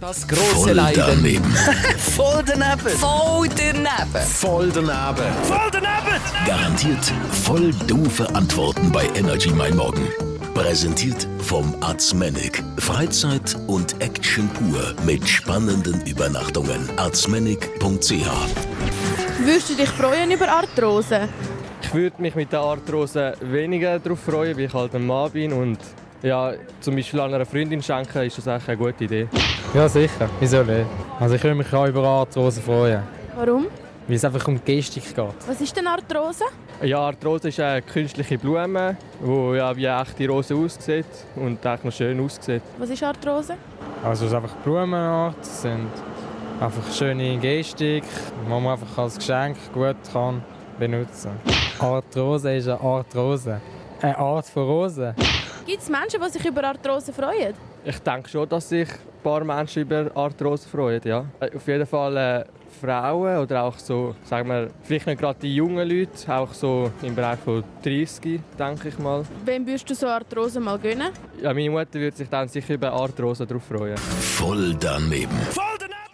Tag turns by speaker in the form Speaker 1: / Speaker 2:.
Speaker 1: Das große Leiden.
Speaker 2: Voll daneben.
Speaker 3: Voll daneben.
Speaker 1: Voll daneben.
Speaker 4: Garantiert voll doofe Antworten bei Energy Mein Morgen. Präsentiert vom Arzmenig. Freizeit und Action pur mit spannenden Übernachtungen. Arzmenig.ch
Speaker 5: Würdest du dich freuen über Arthrose?
Speaker 6: Ich würde mich mit der Arthrose weniger darauf freuen, weil ich halt ein Mann bin und ja, zum Beispiel an einer Freundin schenken, ist das eigentlich eine gute Idee.
Speaker 7: Ja, sicher. Wieso nicht? Also ich würde mich auch über Arthrose freuen,
Speaker 5: Warum?
Speaker 7: weil es einfach um die Gestik geht.
Speaker 5: Was ist denn Arthrose?
Speaker 6: Ja, Arthrose ist eine künstliche Blume, die ja wie eine echte Rose aussieht und eigentlich noch schön aussieht.
Speaker 5: Was ist Arthrose?
Speaker 7: Also es ist einfach Blumenart, es sind einfach schöne Gestik, die man einfach als Geschenk gut kann benutzen. Arthrose ist eine Art Rose. Eine Art von Rose.
Speaker 5: Gibt es Menschen, die sich über Arthrose freuen?
Speaker 6: Ich denke schon, dass sich ein paar Menschen über Arthrose freuen, ja. Äh, Auf jeden Fall äh, Frauen oder auch so, sagen wir, vielleicht nicht gerade die jungen Leute, auch so im Bereich von 30, denke ich mal.
Speaker 5: Wem würdest du so Arthrose mal gönnen?
Speaker 6: Ja, meine Mutter würde sich dann sicher über Arthrose darauf freuen.
Speaker 4: Voll daneben. Voll